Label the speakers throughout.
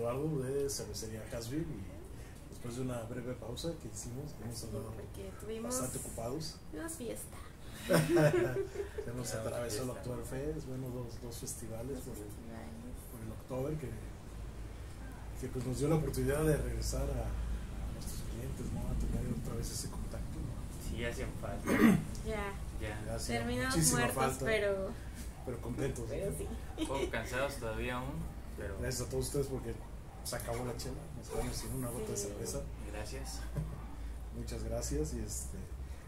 Speaker 1: Bravo de Cervecería Hasbin y después de una breve pausa que hicimos, que hemos
Speaker 2: Sí,
Speaker 1: andado
Speaker 2: porque tuvimos
Speaker 1: bastante ocupados.
Speaker 2: una fiesta.
Speaker 1: Se nos
Speaker 3: Claro,
Speaker 1: atravesó el
Speaker 3: fiesta.
Speaker 1: October Fest, bueno, dos, dos festivales por el, por el October que, que pues nos dio la oportunidad de regresar a, a nuestros clientes, ¿no? A tener otra vez ese contacto. ¿no?
Speaker 3: Sí, hacían falta.
Speaker 2: Ya,
Speaker 3: Ya.
Speaker 1: Ya hacía
Speaker 2: terminamos
Speaker 1: muchísima
Speaker 2: muertos,
Speaker 1: falta,
Speaker 2: pero,
Speaker 1: pero contentos. ¿no?
Speaker 2: pero sí.
Speaker 3: Un poco cansados todavía aún, pero
Speaker 1: Gracias a todos ustedes porque se acabó la chela, nos quedamos sin una gota de
Speaker 2: Sí.
Speaker 1: cerveza.
Speaker 3: gracias.
Speaker 1: Muchas gracias y este,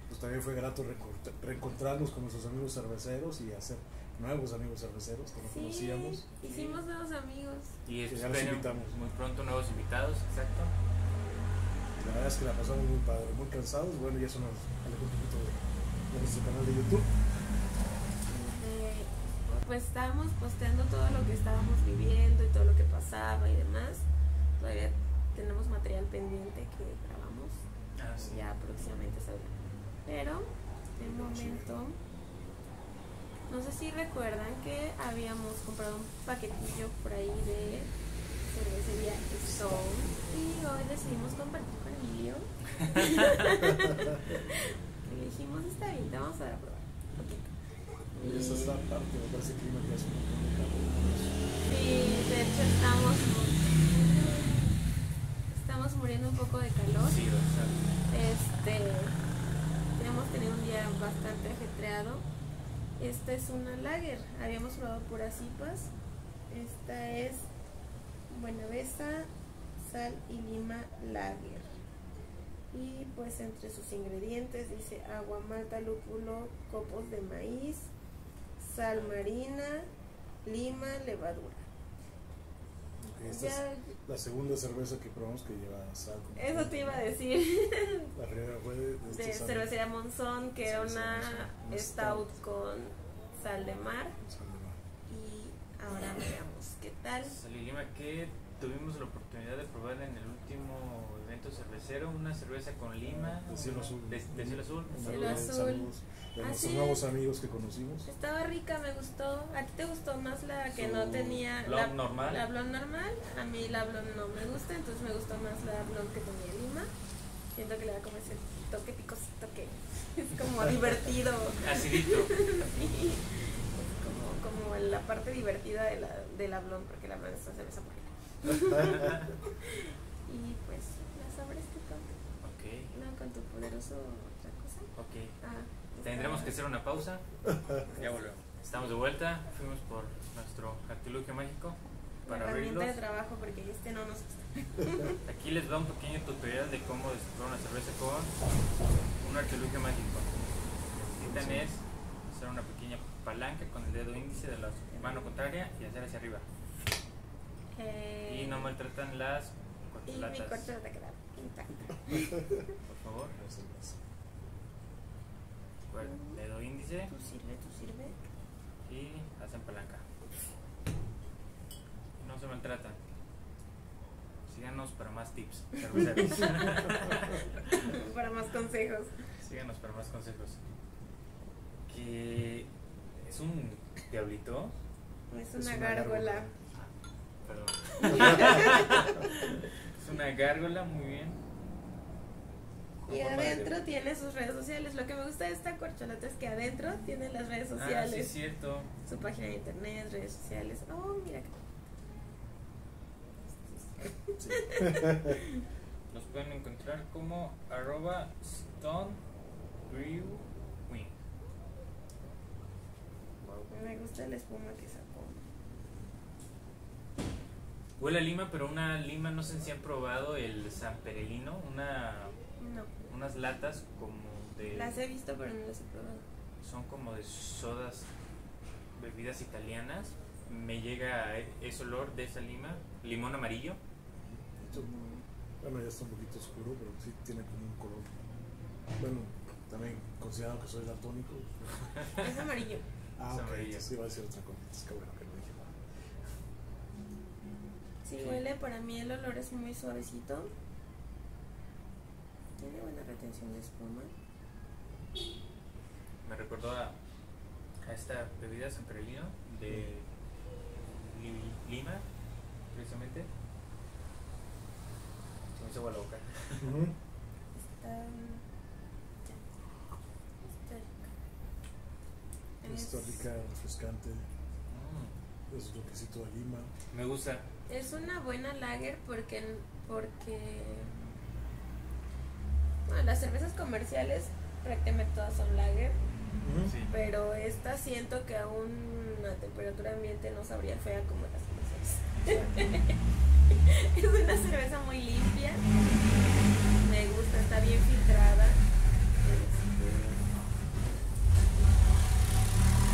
Speaker 1: pues también fue grato recorta- reencontrarnos con nuestros amigos cerveceros y hacer nuevos amigos cerveceros que no
Speaker 2: Sí,
Speaker 1: conocíamos.
Speaker 2: hicimos nuevos amigos.
Speaker 3: Y
Speaker 1: Que ya los
Speaker 3: esperen
Speaker 1: invitamos.
Speaker 3: muy pronto nuevos invitados, exacto.
Speaker 1: La verdad es que la pasamos muy padre, muy cansados. Bueno, y eso nos alejó un poquito de, de nuestro canal de YouTube.
Speaker 2: Eh, pues estábamos posteando todo lo que estábamos viviendo y todo lo que pasaba y demás. Todavía tenemos material pendiente que grabamos.
Speaker 3: Ah, sí.
Speaker 2: pues, Ya próximamente saldrá. Pero, de momento, no sé si recuerdan que habíamos comprado un paquetillo por ahí de cervecería Exxon y hoy decidimos compartir con Emilio. Y dijimos, está bien, te vamos a dar a probar. un poquito".
Speaker 1: Y esa es la parte, me parece clima que hace un montón de calor.
Speaker 2: Sí, de hecho estamos mu- estamos muriendo un poco de calor.
Speaker 3: Sí, exacto.
Speaker 2: Este hemos tenido un día bastante ajetreado. Esta es una lager. Habíamos probado puras cipas. Esta es Buenavesa, sal y lima lager. Y pues entre sus ingredientes dice agua, malta, lúpulo, copos de maíz, sal marina, lima, levadura.
Speaker 1: Ok, Esta
Speaker 2: Ya,
Speaker 1: es la segunda cerveza que probamos que lleva sal. como
Speaker 2: eso
Speaker 1: tal.
Speaker 2: te iba a decir.
Speaker 1: La primera fue de, de
Speaker 2: de
Speaker 1: este sal-
Speaker 2: cervecería Monzón, que era
Speaker 1: Cervecería
Speaker 2: una
Speaker 1: Monzón.
Speaker 2: stout con sal de mar.
Speaker 1: sal de mar.
Speaker 2: Y ahora veamos qué tal.
Speaker 3: Salí Lima, que tuvimos la oportunidad de probar en el último evento cervecero, una cerveza con lima.
Speaker 1: De cielo azul.
Speaker 3: De, de cielo azul.
Speaker 2: Cielo
Speaker 1: Un saludo a los
Speaker 2: azul.
Speaker 1: amigos, De
Speaker 2: Ah,
Speaker 1: nuestros
Speaker 2: sí.
Speaker 1: nuevos amigos que conocimos.
Speaker 2: Estaba rica, me gustó. ¿A ti te gustó más la que
Speaker 3: Su
Speaker 2: no tenía
Speaker 3: blonde
Speaker 2: la
Speaker 3: normal.
Speaker 2: La blonde normal. A mí la blonde no me gusta, entonces me gustó más la blonde que tenía lima. Siento que le da como ese toque picosito que es como divertido.
Speaker 3: Acidito.
Speaker 2: Sí. Es como, como la parte divertida de la, de la blonde, porque la blonde es una cerveza aburrida. Y pues, las abres tú con,
Speaker 3: ok,
Speaker 2: no, con tu poderoso otra cosa.
Speaker 3: ok.
Speaker 2: Ah,
Speaker 3: Tendremos que
Speaker 2: está-
Speaker 3: hacer una pausa. Ya volvemos. Estamos de vuelta. Fuimos por nuestro artilugio mágico para
Speaker 2: la herramienta
Speaker 3: abrirlos.
Speaker 2: de trabajo porque este no nos gusta.
Speaker 3: Aquí les va un pequeño tutorial de cómo destapar una cerveza con un artilugio mágico. Lo que necesitan es hacer una pequeña palanca con el dedo índice de la mano contraria y hacer hacia arriba.
Speaker 2: Eh,
Speaker 3: Y no maltratan las
Speaker 2: y mi
Speaker 3: corcholatas,
Speaker 2: corcholata queda intacta.
Speaker 3: por favor.
Speaker 1: La cerveza.
Speaker 3: Recuerden, Dedo índice
Speaker 2: Tú sirve, tú sirve.
Speaker 3: y hacen palanca. No se maltratan. Síganos para más tips cerveceros.
Speaker 2: Para más consejos.
Speaker 3: Síganos para más consejos. Que es un diablito.
Speaker 2: Es
Speaker 1: Es
Speaker 2: una
Speaker 1: una
Speaker 2: gárgola.
Speaker 3: Perdón. es una gárgola, muy bien. Ah, Con
Speaker 2: Y
Speaker 3: forma de
Speaker 2: adentro
Speaker 3: diablito.
Speaker 2: tiene sus redes sociales. Lo que me gusta de esta corcholata es que adentro tiene las redes
Speaker 3: Ah, sí, es
Speaker 2: sociales.
Speaker 3: cierto.
Speaker 2: Su página de internet, redes sociales. Oh, mira qué
Speaker 1: Sí.
Speaker 3: Nos pueden encontrar como arroba stone brewing.
Speaker 2: Me gusta la espuma que sacó.
Speaker 3: Huele a lima, pero una lima no sé si han probado el sanperelino, una,
Speaker 2: No.
Speaker 3: unas latas como de...
Speaker 2: Las he visto, pero no las he probado.
Speaker 3: son como de sodas, bebidas italianas. Me llega e- ese olor de esa lima, limón amarillo.
Speaker 1: De hecho, Bueno, ya está un poquito oscuro, pero sí tiene como un color. Bueno, también considerado que soy daltónico. pues,
Speaker 2: Es amarillo.
Speaker 1: Ah,
Speaker 3: Es
Speaker 1: ok,
Speaker 3: amarillo.
Speaker 1: entonces iba a decir otra cosa. Es que bueno que lo dije. mal.
Speaker 2: Sí,
Speaker 3: Sí.
Speaker 2: huele. Para mí el olor es muy suavecito. Tiene buena retención de espuma.
Speaker 3: Me recordó a, a esta bebida San Perelino de Li- Lima, precisamente. hizo agua la boca.
Speaker 1: Ujú.
Speaker 2: Está. Está rica.
Speaker 1: Costa pues, Rica, refrescante,
Speaker 3: Mm,
Speaker 1: es toquecito de Lima.
Speaker 3: me gusta.
Speaker 2: Es una buena lager porque porque bueno, las cervezas comerciales prácticamente todas son lager,
Speaker 1: Ujú.
Speaker 3: Sí.
Speaker 2: pero esta siento que a una temperatura ambiente no sabría fea como las comerciales. es una cerveza muy limpia. Me gusta, está bien filtrada.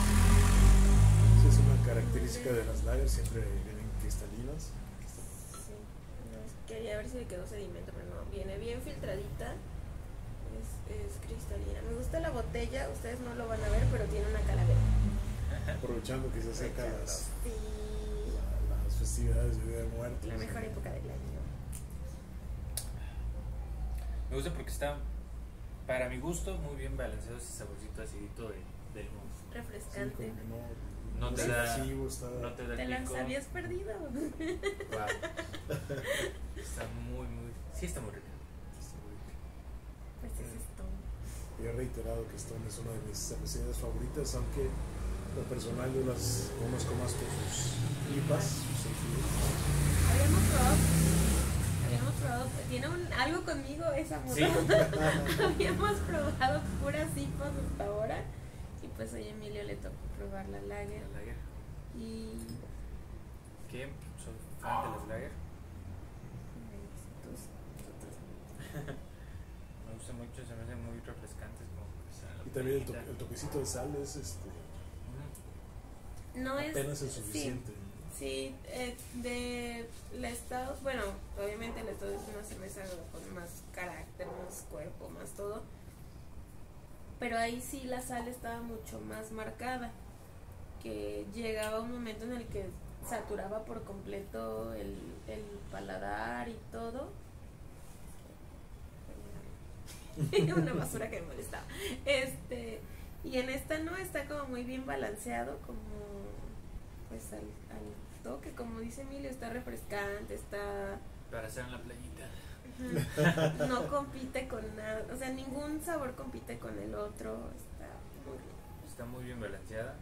Speaker 1: Sí, es una característica de las lagers, siempre vienen cristalinas.
Speaker 2: Este, sí, no, quería ver si le quedó sedimento, pero no. Viene bien filtradita. Es, es cristalina. Me gusta la botella, ustedes no lo van a ver, pero tiene una calavera.
Speaker 1: Aprovechando que se acercan las,
Speaker 2: Sí,
Speaker 1: la- las festividades de Día de Muertos.
Speaker 2: la mejor época del año.
Speaker 3: Me gusta porque está, para mi gusto, muy bien balanceado ese saborcito acidito de, del hummus.
Speaker 1: Sí, como
Speaker 2: Refrescante.
Speaker 1: que no,
Speaker 3: No te
Speaker 1: es
Speaker 3: da-
Speaker 1: excesivo, está-
Speaker 3: No te da
Speaker 2: Te las
Speaker 3: pico.
Speaker 2: habías perdido. Pues
Speaker 3: Wow. Está muy, muy. Sí, está muy rico.
Speaker 1: está muy rico.
Speaker 2: Pues eso es todo.
Speaker 1: Yo he reiterado que Stone es una de mis cervecerías favoritas, aunque lo personal yo las conozco más por sus IPAs, sus IPAs.
Speaker 2: Habíamos probado. Habíamos probado. Tiene un, algo conmigo esa
Speaker 3: Sí.
Speaker 2: muda. Habíamos probado puras IPAs hasta ahora. Y pues hoy a Emilio le tocó probar la lager.
Speaker 3: La lager.
Speaker 2: Y
Speaker 3: Que soy fan de las lager.
Speaker 2: tus- tus-
Speaker 3: Me gusta mucho, se me hacen muy refrescantes. Como que sea la
Speaker 1: Y también el, to-
Speaker 3: botellita.
Speaker 1: el toquecito de sal es este,
Speaker 3: Ujú.
Speaker 2: No es.
Speaker 1: apenas el
Speaker 2: sí,
Speaker 1: suficiente.
Speaker 2: Sí, eh, de la estado, bueno, obviamente el estado es una cerveza con más carácter, más cuerpo, más todo. Pero ahí sí la sal estaba mucho más marcada, que llegaba un momento en el que saturaba por completo el, el paladar y todo. una basura que me molestaba. Este, y en esta no está como muy bien balanceado, como pues al, al toque, como dice Emilio, está refrescante, está
Speaker 3: Para hacer en la playita.
Speaker 2: ajá, no compite con nada, o sea, ningún sabor compite con el otro, está muy bien.
Speaker 3: Está muy bien balanceada.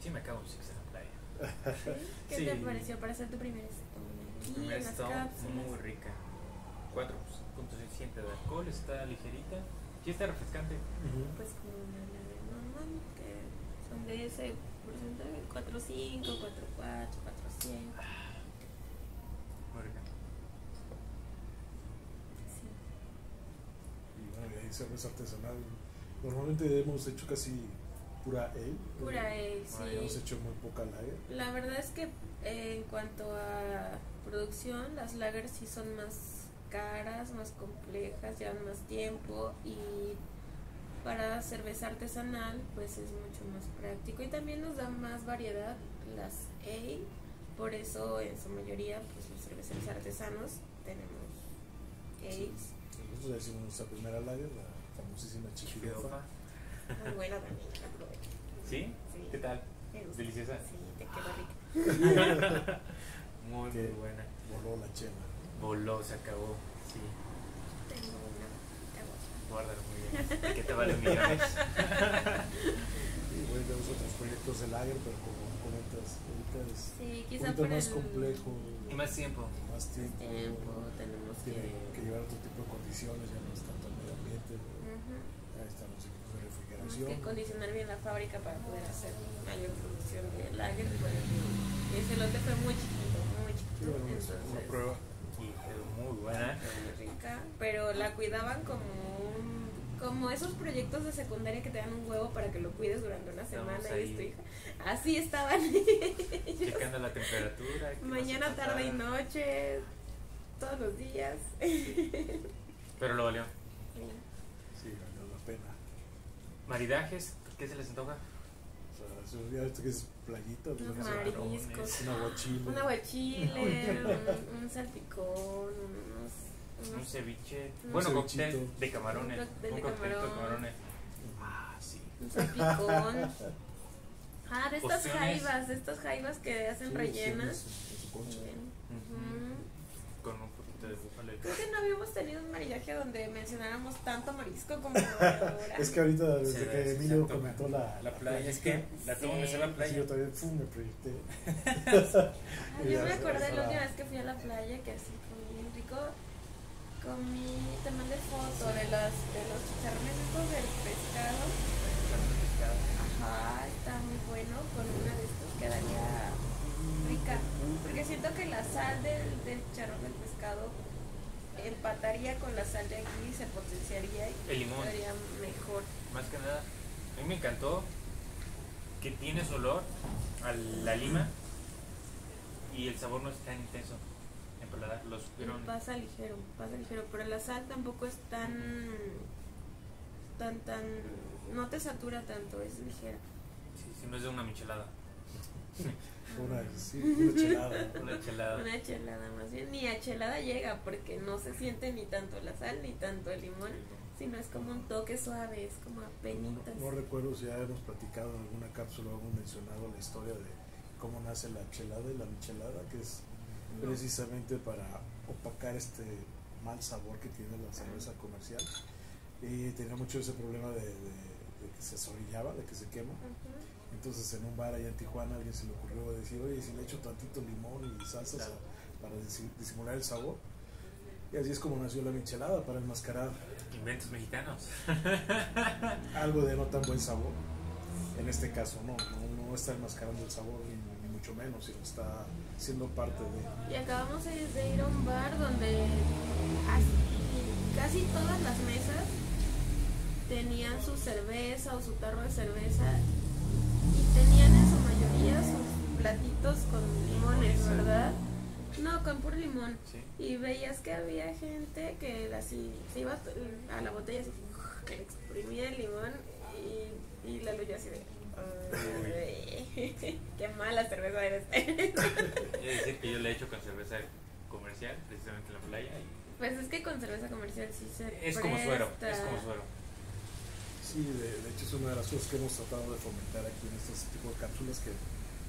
Speaker 3: Sí, me acabo un six en la playa.
Speaker 2: ¿Qué
Speaker 3: Sí.
Speaker 2: te pareció para hacer tu primer este, stone
Speaker 3: Mi
Speaker 2: aquí
Speaker 3: primera
Speaker 2: en las
Speaker 3: está muy
Speaker 2: cápsulas?
Speaker 3: rica. 4.6% de alcohol, está ligerita. Sí, está refrescante.
Speaker 1: Ujú.
Speaker 2: Pues como una lager normal, que son de ese porcentaje, 4.5, 4.4, 4.7.
Speaker 3: Muy rica.
Speaker 2: Sí.
Speaker 1: Y bueno, y ahí cerveza artesanal. Normalmente hemos hecho casi pura ale.
Speaker 2: Pura ale,
Speaker 3: Bueno, ya
Speaker 2: sí.
Speaker 1: Hemos hecho muy poca lager.
Speaker 2: La verdad es que eh, en cuanto a producción, las lagers sí son más caras, más complejas, llevan más tiempo y para cerveza artesanal pues es mucho más práctico y también nos da más variedad las ale, por eso en su mayoría pues los cerveceros artesanos tenemos ales,
Speaker 1: Nosotros ya hicimos nuestra primera lager, la famosísima
Speaker 3: Chiquiropa.
Speaker 1: Chiquiropa.
Speaker 2: muy buena Ah, también, la probé.
Speaker 3: ¿Sí?
Speaker 2: Sí.
Speaker 3: ¿Qué tal?
Speaker 2: Me gusta.
Speaker 3: Deliciosa.
Speaker 2: Sí, te quedó rica.
Speaker 3: Muy,
Speaker 1: ¿Qué?
Speaker 3: muy buena.
Speaker 1: Voló la chema.
Speaker 3: Voló, se acabó. Sí,
Speaker 2: Tengo una. tengo otra.
Speaker 3: guárdalo muy bien. ¿Qué te vale millones?
Speaker 1: Y bueno, tenemos otros proyectos de lager, pero como comentas, ahorita es
Speaker 2: Sí,
Speaker 1: un
Speaker 2: quizá
Speaker 1: poquito
Speaker 2: por
Speaker 1: más
Speaker 2: el
Speaker 1: complejo,
Speaker 3: Y más tiempo.
Speaker 1: más tiempo,
Speaker 2: tiempo tenemos que...
Speaker 1: tiene que llevar otro tipo de condiciones, ya no es tanto el medio ambiente,
Speaker 2: Ujú.
Speaker 1: ya están los equipos de
Speaker 2: Tenemos que
Speaker 1: refrigeración.
Speaker 2: condicionar bien la fábrica para poder hacer mayor producción de lager. porque Ese lote fue muy chiquito, muy
Speaker 1: Sí,
Speaker 2: chiquito.
Speaker 1: bueno, es
Speaker 2: entonces,
Speaker 1: una prueba.
Speaker 3: Y quedó muy buena.
Speaker 2: fue muy rica, pero la cuidaban como un- Como esos proyectos de secundaria que te dan un huevo para que lo cuides durante una
Speaker 3: Estamos
Speaker 2: semana y
Speaker 3: ahí.
Speaker 2: es tu hija. Así estaban ellos.
Speaker 3: Checando la temperatura. que no se
Speaker 2: Mañana,
Speaker 3: pasara.
Speaker 2: tarde y noche, todos los días.
Speaker 3: Pero lo valió.
Speaker 1: Sí, valió la pena.
Speaker 3: Maridajes, ¿qué se les antoja?
Speaker 1: O sea, ya esto que es playita, pues,
Speaker 2: Los
Speaker 1: no sé,
Speaker 2: mariscos.
Speaker 1: un aguachile.
Speaker 2: Un aguachile, un, un salpicón, unos.
Speaker 3: Un
Speaker 2: unos
Speaker 3: ceviche.
Speaker 2: Pues Un
Speaker 3: bueno,
Speaker 1: cevichito.
Speaker 3: cóctel de camarones.
Speaker 2: Un cóctel de
Speaker 3: cóctel de
Speaker 2: camarón.
Speaker 3: camarones. Ah, sí.
Speaker 2: un salpicón. Ah, de estas
Speaker 3: Porciones.
Speaker 2: jaivas, de estas jaivas que hacen
Speaker 1: Sí, sí,
Speaker 2: rellenas.
Speaker 1: en su- en su concha.
Speaker 2: Bien.
Speaker 3: Ujú.
Speaker 2: Ujú.
Speaker 3: marisco.
Speaker 2: Creo que no habíamos tenido un maridaje donde mencionáramos tanto marisco como ahora.
Speaker 1: Es que ahorita, desde
Speaker 3: Sí,
Speaker 1: que
Speaker 3: sí,
Speaker 1: Emilio
Speaker 3: exacto.
Speaker 1: comentó la,
Speaker 3: La playa, es que la
Speaker 2: Sí.
Speaker 3: tengo que hacer la
Speaker 1: Sí, yo
Speaker 3: playa.
Speaker 1: también pum, me proyecté.
Speaker 2: Ah,
Speaker 1: Y
Speaker 2: yo
Speaker 1: ya,
Speaker 2: me acordé
Speaker 1: esa-
Speaker 2: la última vez que fui a la playa que así comí bien rico. Comí, te mandé foto de los, de los chicharrones estos del pescado. Ajá, está muy bueno con una de estos quedaría rica. Porque siento que la sal del, del chicharrón del pescado empataría con la sal de aquí y se potenciaría y
Speaker 3: El limón.
Speaker 2: quedaría mejor.
Speaker 3: Más que nada, a mí me encantó que tienes olor a la lima y el sabor no es tan intenso en paladar. Los fueron
Speaker 2: Pasa ligero, pasa ligero, pero la sal tampoco es tan tan tan no te satura tanto, es ligera.
Speaker 3: si, si no es de una michelada,
Speaker 1: Una, sí, una chelada.
Speaker 3: una chelada.
Speaker 2: Ah. Una chelada más bien, ni a chelada llega porque no se siente ni tanto la sal ni tanto el limón, sino es como un toque suave, es como
Speaker 1: No,
Speaker 2: apenitas.
Speaker 1: no recuerdo si ya hemos platicado en alguna cápsula o hemos mencionado la historia de cómo nace la chelada y la michelada, que es
Speaker 2: No.
Speaker 1: precisamente para opacar este mal sabor que tiene la cerveza comercial. Y tenía mucho ese problema de, de- de que se zorrillaba, de que se quema.
Speaker 2: Ajá.
Speaker 1: Entonces en un bar allá en Tijuana alguien se le ocurrió decir, oye, si le echo tantito limón y salsa
Speaker 3: Claro.
Speaker 1: sa- para disi- disimular el sabor. Y así es como nació la michelada, para enmascarar
Speaker 3: Inventos mexicanos.
Speaker 1: algo de no tan buen sabor. En este caso no, no, no está enmascarando el sabor ni, ni mucho menos, sino está siendo parte de...
Speaker 2: Y acabamos de de ir a un bar donde así- casi todas las mesas tenían su cerveza o su tarro de cerveza y tenían en su mayoría sus platitos con limones, ¿verdad? No, con puro limón.
Speaker 3: Sí.
Speaker 2: Y veías que había gente que así se iba a la botella así, que le exprimía el limón y, y la luya así de... "Ay, ¡Qué mala cerveza eres!
Speaker 3: Es decir, que yo le he hecho con cerveza comercial, precisamente en la playa. y
Speaker 2: Pues es que con cerveza comercial sí se.
Speaker 3: es como suero,
Speaker 2: presta.
Speaker 3: es como suero.
Speaker 1: Sí, de, de hecho es una de las cosas que hemos tratado de fomentar aquí en este tipo de cápsulas, que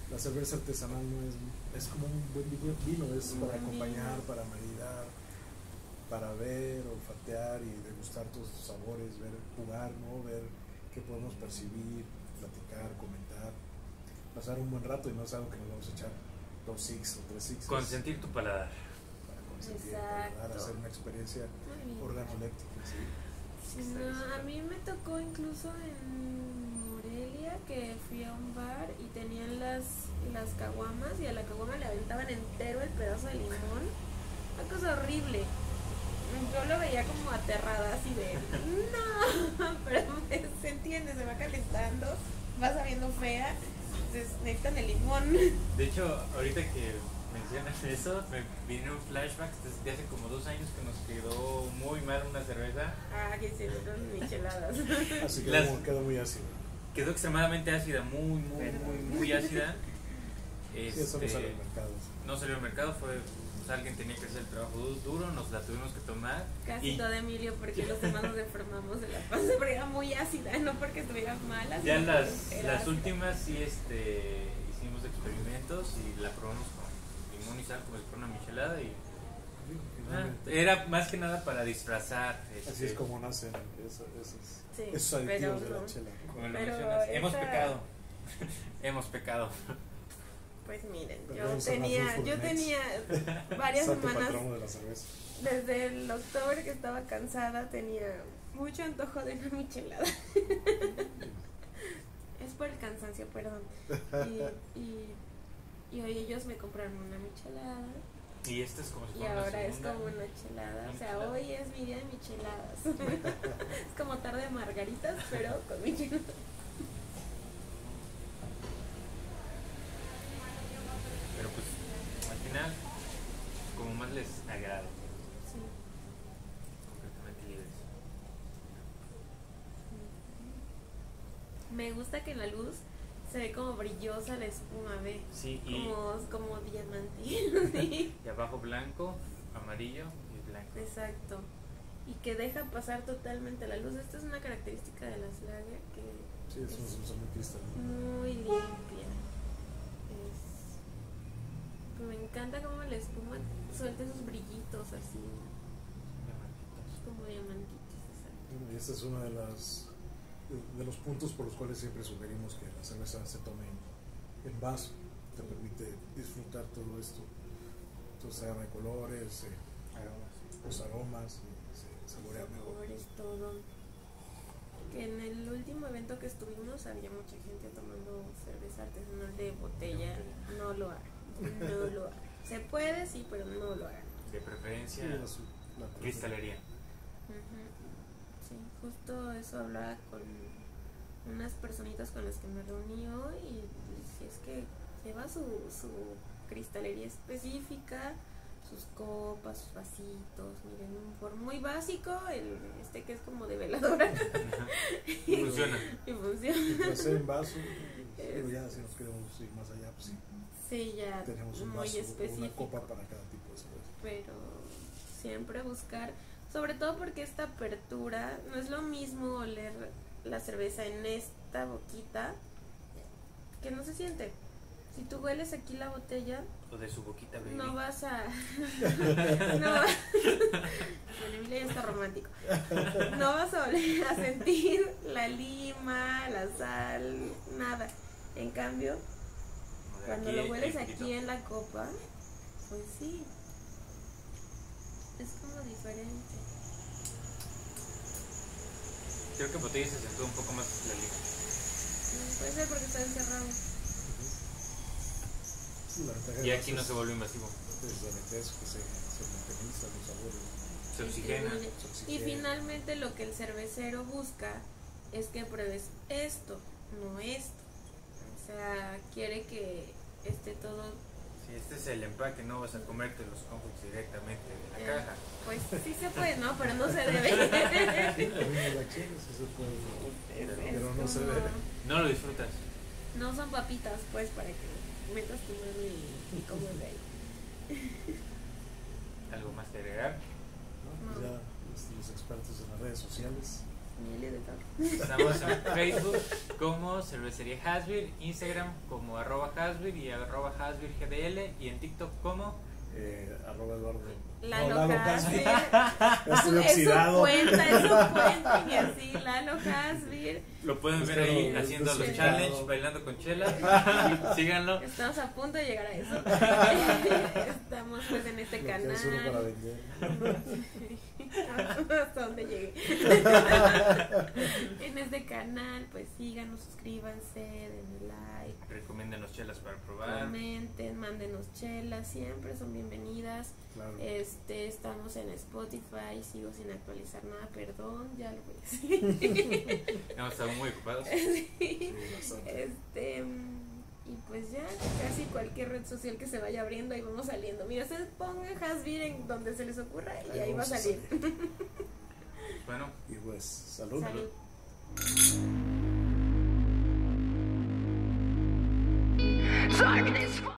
Speaker 1: la cerveza artesanal no es, es como un buen vi- vino, es
Speaker 3: Un
Speaker 1: para
Speaker 2: buen
Speaker 1: acompañar,
Speaker 2: vino.
Speaker 1: para maridar, para ver, olfatear y degustar todos sus sabores, ver, jugar, ¿no? ver qué podemos percibir, platicar, comentar, pasar un buen rato y no es algo que nos vamos a echar dos six o tres six para
Speaker 3: Consentir tu paladar.
Speaker 1: consentir, para dar,
Speaker 2: Exacto.
Speaker 1: hacer una experiencia
Speaker 2: Muy bien.
Speaker 1: organoléptica. ¿sí?
Speaker 2: No, a mí me tocó incluso en Morelia que fui a un bar y tenían las, las caguamas y a la caguama le aventaban entero el pedazo de limón. Una cosa horrible. Yo lo veía como aterrada así de, no, pero me- se entiende, se va calentando, va sabiendo fea, entonces necesitan el limón.
Speaker 3: De hecho, ahorita que mencionas eso, me vinieron flashbacks desde hace como dos años que nos quedó muy mal una cerveza.
Speaker 2: Ah, que se hicieron micheladas.
Speaker 1: Así que
Speaker 3: Las-
Speaker 1: como queda muy ácido.
Speaker 3: Quedó extremadamente ácida, muy, muy, muy, muy ácida.
Speaker 1: Sí, eso no
Speaker 3: Este,
Speaker 1: sale al mercado.
Speaker 3: no salió al mercado, fue pues, alguien tenía que hacer el trabajo du- duro, nos la tuvimos que tomar.
Speaker 2: Casi
Speaker 3: y
Speaker 2: todo Emilio, porque los demás nos enfermamos de la panza, porque era muy ácida, no porque estuviera mala.
Speaker 3: ya
Speaker 2: sino
Speaker 3: las,
Speaker 2: porque era
Speaker 3: las
Speaker 2: ácida.
Speaker 3: últimas sí este, hicimos experimentos y la probamos con limón y sal como si fuera una michelada y ah, era más que nada para disfrazar.
Speaker 1: Así
Speaker 3: este,
Speaker 1: es como nacen esos, esos,
Speaker 2: Sí,
Speaker 1: esos
Speaker 2: pero
Speaker 1: aditivos de la
Speaker 2: no.
Speaker 1: chela.
Speaker 3: Como lo
Speaker 2: Pero
Speaker 3: mencionas, hemos
Speaker 2: esa-
Speaker 3: pecado. hemos pecado.
Speaker 2: Pues miren, yo
Speaker 1: Perdón, son las
Speaker 2: tenía,
Speaker 1: dos
Speaker 2: yo
Speaker 1: gourmets.
Speaker 2: tenía varias
Speaker 1: Santo
Speaker 2: semanas,
Speaker 1: patrono de la cerveza.
Speaker 2: desde el octubre que estaba cansada, tenía mucho antojo de una michelada. es por el cansancio, perdón. Y, y, y hoy ellos me compraron una michelada.
Speaker 3: Y esta es como si
Speaker 2: Y
Speaker 3: fuera una
Speaker 2: ahora es
Speaker 3: segunda.
Speaker 2: como una chelada. O sea,
Speaker 3: Michelada.
Speaker 2: hoy es mi día de micheladas. es como tarde de margaritas, pero con micheladas.
Speaker 3: Pero pues al final, como más les agrada,
Speaker 2: Sí.
Speaker 3: completamente libres.
Speaker 2: Me gusta que en la luz se ve como brillosa la espuma, ve.
Speaker 3: Sí, y,
Speaker 2: Como, como diamante. Sí.
Speaker 3: y abajo blanco, amarillo y blanco.
Speaker 2: Exacto. Y que deja pasar totalmente la luz. Esta es una característica de las lager que
Speaker 1: Sí, es un son muy cristalino.
Speaker 2: muy limpia. Es... Me encanta como la espuma suelta esos brillitos así. como diamantitos. exacto.
Speaker 1: Bueno, y este es uno de, las, de, de los puntos por los cuales siempre sugerimos que la cerveza se tome en, en vaso. Te permite disfrutar todo esto. Entonces, se de colores, eh,
Speaker 3: Aromas.
Speaker 1: los aromas, eh, se saborea mejor.
Speaker 2: Sabores, todo. Que en el último evento que estuvimos había mucha gente tomando cerveza artesanal de botella.
Speaker 3: De botella.
Speaker 2: No lo hagan. No lo hagan. Se puede, sí, pero no lo hagan.
Speaker 3: De preferencia,
Speaker 1: Y la su- la-
Speaker 3: cristalería.
Speaker 2: Ujú. Sí, justo eso hablaba con unas personitas con las que me reuní hoy y, si es que lleva su, su cristalería específica, sus copas, sus vasitos, miren, un por muy básico, el, este que es como de veladora
Speaker 3: Funciona.
Speaker 2: y funciona.
Speaker 1: Mientras sea en vaso, pero ya si nos queremos ir más allá, pues sí,
Speaker 2: Sí, ya
Speaker 1: tenemos un
Speaker 2: muy
Speaker 1: vaso, o
Speaker 2: específico.
Speaker 1: una copa para cada tipo de cerveza.
Speaker 2: pero siempre buscar, sobre todo porque esta apertura no es lo mismo oler la cerveza en esta boquita que no se siente. Si tú hueles aquí la botella,
Speaker 3: O de su boquita, baby.
Speaker 2: no vas a. no vas. Bueno, Emilio ya está romántico. No vas a oler a sentir la lima, la sal, nada. En cambio,
Speaker 3: O de
Speaker 2: cuando
Speaker 3: aquí,
Speaker 2: lo hueles
Speaker 3: ahí
Speaker 2: aquí
Speaker 3: poquito.
Speaker 2: en la copa, pues sí. Es como diferente.
Speaker 3: Creo que en botella se sentó un poco más la lima.
Speaker 2: Mm, Puede ser porque está encerrado.
Speaker 1: La ventaja
Speaker 3: Y
Speaker 1: del
Speaker 3: aquí
Speaker 1: vaso
Speaker 3: no
Speaker 1: es-
Speaker 3: se volvió invasivo.
Speaker 1: es la ventaja es que se, se manteniza los sabores.
Speaker 3: Se oxigena.
Speaker 2: Distribuye.
Speaker 1: se
Speaker 2: Y
Speaker 1: oxigena.
Speaker 2: finalmente lo que el cervecero busca es que pruebes esto, no esto. O sea, quiere que esté todo.
Speaker 3: Sí, este es el empaque, no vas a comerte los confits directamente de la
Speaker 2: eh,
Speaker 3: caja.
Speaker 2: pues sí se puede, ¿no? Pero no se debe.
Speaker 1: Sí, la misma de acción, sí se puede. Pero no se
Speaker 2: como-
Speaker 1: debe.
Speaker 3: No lo disfrutas.
Speaker 2: No son papitas, pues, para que metas tu mano y, y comas de ahí.
Speaker 3: Algo más que agregar.
Speaker 1: ¿no?
Speaker 2: No.
Speaker 1: Ya este, los expertos en las redes sociales.
Speaker 2: Miel de tarro.
Speaker 3: Estamos en Facebook como Cervecería Hasbir, Instagram como arroba Hasbir y arroba Hasbir GDL y en TikTok como
Speaker 1: Eh, arroba Eduardo.
Speaker 2: La
Speaker 1: no,
Speaker 2: loca,
Speaker 1: Casby.
Speaker 2: sí.
Speaker 1: Ya
Speaker 2: Es
Speaker 1: estoy
Speaker 2: su
Speaker 1: oxidado.
Speaker 2: cuenta, es su cuenta y así, Lalo Hasbir.
Speaker 3: lo pueden ver
Speaker 1: Espero
Speaker 3: ahí
Speaker 1: los
Speaker 3: haciendo los
Speaker 1: despertado.
Speaker 3: challenge, bailando con chela. Síganlo.
Speaker 2: Estamos a punto de llegar a eso. Estamos pues en este
Speaker 1: Lo que es uno para
Speaker 2: canal.
Speaker 1: vender.
Speaker 2: Hasta donde llegue. en este canal, pues síganos, suscríbanse, denle like,
Speaker 3: Recomiéndenos chelas para probar.
Speaker 2: comenten, mándenos chelas, siempre son bienvenidas.
Speaker 1: Claro.
Speaker 2: Este, estamos en Spotify, sigo sin actualizar nada, perdón, ya lo voy a decir.
Speaker 3: Hemos estado muy ocupados.
Speaker 1: Sí,
Speaker 2: eh,
Speaker 1: bastante.
Speaker 2: Este, mm, y pues ya, casi cualquier red social que se vaya abriendo, ahí vamos saliendo. Mira, ustedes pongan Hasbir en donde se les ocurra y ahí, va a
Speaker 1: vamos
Speaker 2: salir.
Speaker 3: Bueno,
Speaker 1: Y pues, salud.
Speaker 2: Salud.